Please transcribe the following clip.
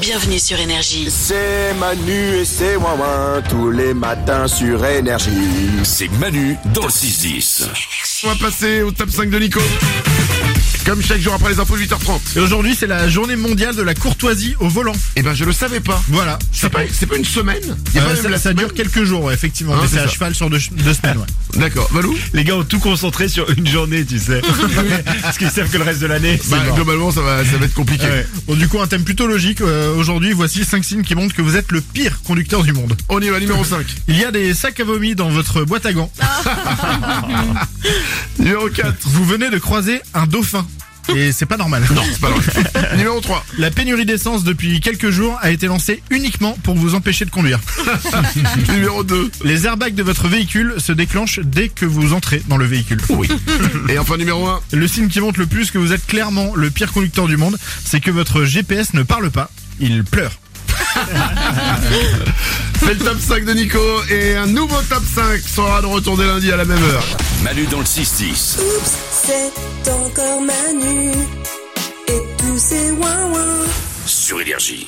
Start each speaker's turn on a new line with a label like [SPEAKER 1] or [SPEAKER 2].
[SPEAKER 1] Bienvenue sur Énergie.
[SPEAKER 2] C'est Manu et c'est Wawan tous les matins sur Énergie.
[SPEAKER 3] C'est Manu dans le 6-10.
[SPEAKER 4] On va passer au top 5 de Nico. Comme chaque jour après les infos de 8h30.
[SPEAKER 5] Et aujourd'hui, c'est la journée mondiale de la courtoisie au volant.
[SPEAKER 4] Eh ben je le savais pas.
[SPEAKER 5] Voilà.
[SPEAKER 4] C'est pas, c'est pas une semaine Il y a
[SPEAKER 5] Euh,
[SPEAKER 4] pas même
[SPEAKER 5] ça,
[SPEAKER 4] la
[SPEAKER 5] ça
[SPEAKER 4] semaine
[SPEAKER 5] dure quelques jours, ouais, effectivement.
[SPEAKER 4] Hein,
[SPEAKER 5] mais
[SPEAKER 4] c'est
[SPEAKER 5] c'est à
[SPEAKER 4] ça.
[SPEAKER 5] cheval sur deux, deux semaines. ouais.
[SPEAKER 4] D'accord, Valou
[SPEAKER 6] Les gars ont tout concentré sur une journée, tu sais. Parce qu'ils savent que le reste de l'année, c'est
[SPEAKER 4] Bah
[SPEAKER 6] mort.
[SPEAKER 4] globalement ça va, ça va être compliqué.
[SPEAKER 5] Ouais. Bon, du coup, un thème plutôt logique. Euh, aujourd'hui, voici 5 signes qui montrent que vous êtes le pire conducteur du monde.
[SPEAKER 4] On y va, numéro 5.
[SPEAKER 5] Il y a des sacs à vomi dans votre boîte à gants.
[SPEAKER 4] numéro 4.
[SPEAKER 5] Vous venez de croiser un dauphin. Et c'est pas normal. Non.
[SPEAKER 4] C'est pas vrai. numéro 3.
[SPEAKER 5] La pénurie d'essence depuis quelques jours a été lancée uniquement pour vous empêcher de conduire.
[SPEAKER 4] numéro 2.
[SPEAKER 5] Les airbags de votre véhicule se déclenchent dès que vous entrez dans le véhicule.
[SPEAKER 4] Oui. Et enfin numéro 1.
[SPEAKER 5] Le signe qui montre le plus que vous êtes clairement le pire conducteur du monde, c'est que votre GPS ne parle pas, il pleure.
[SPEAKER 4] C'est le top 5 de Nico et un nouveau top 5 sera de retour dès lundi à la même heure.
[SPEAKER 3] Manu dans le 6-10.
[SPEAKER 7] Oups, c'est encore Manu et tous ces ouin-ouin.
[SPEAKER 3] Sur Énergie.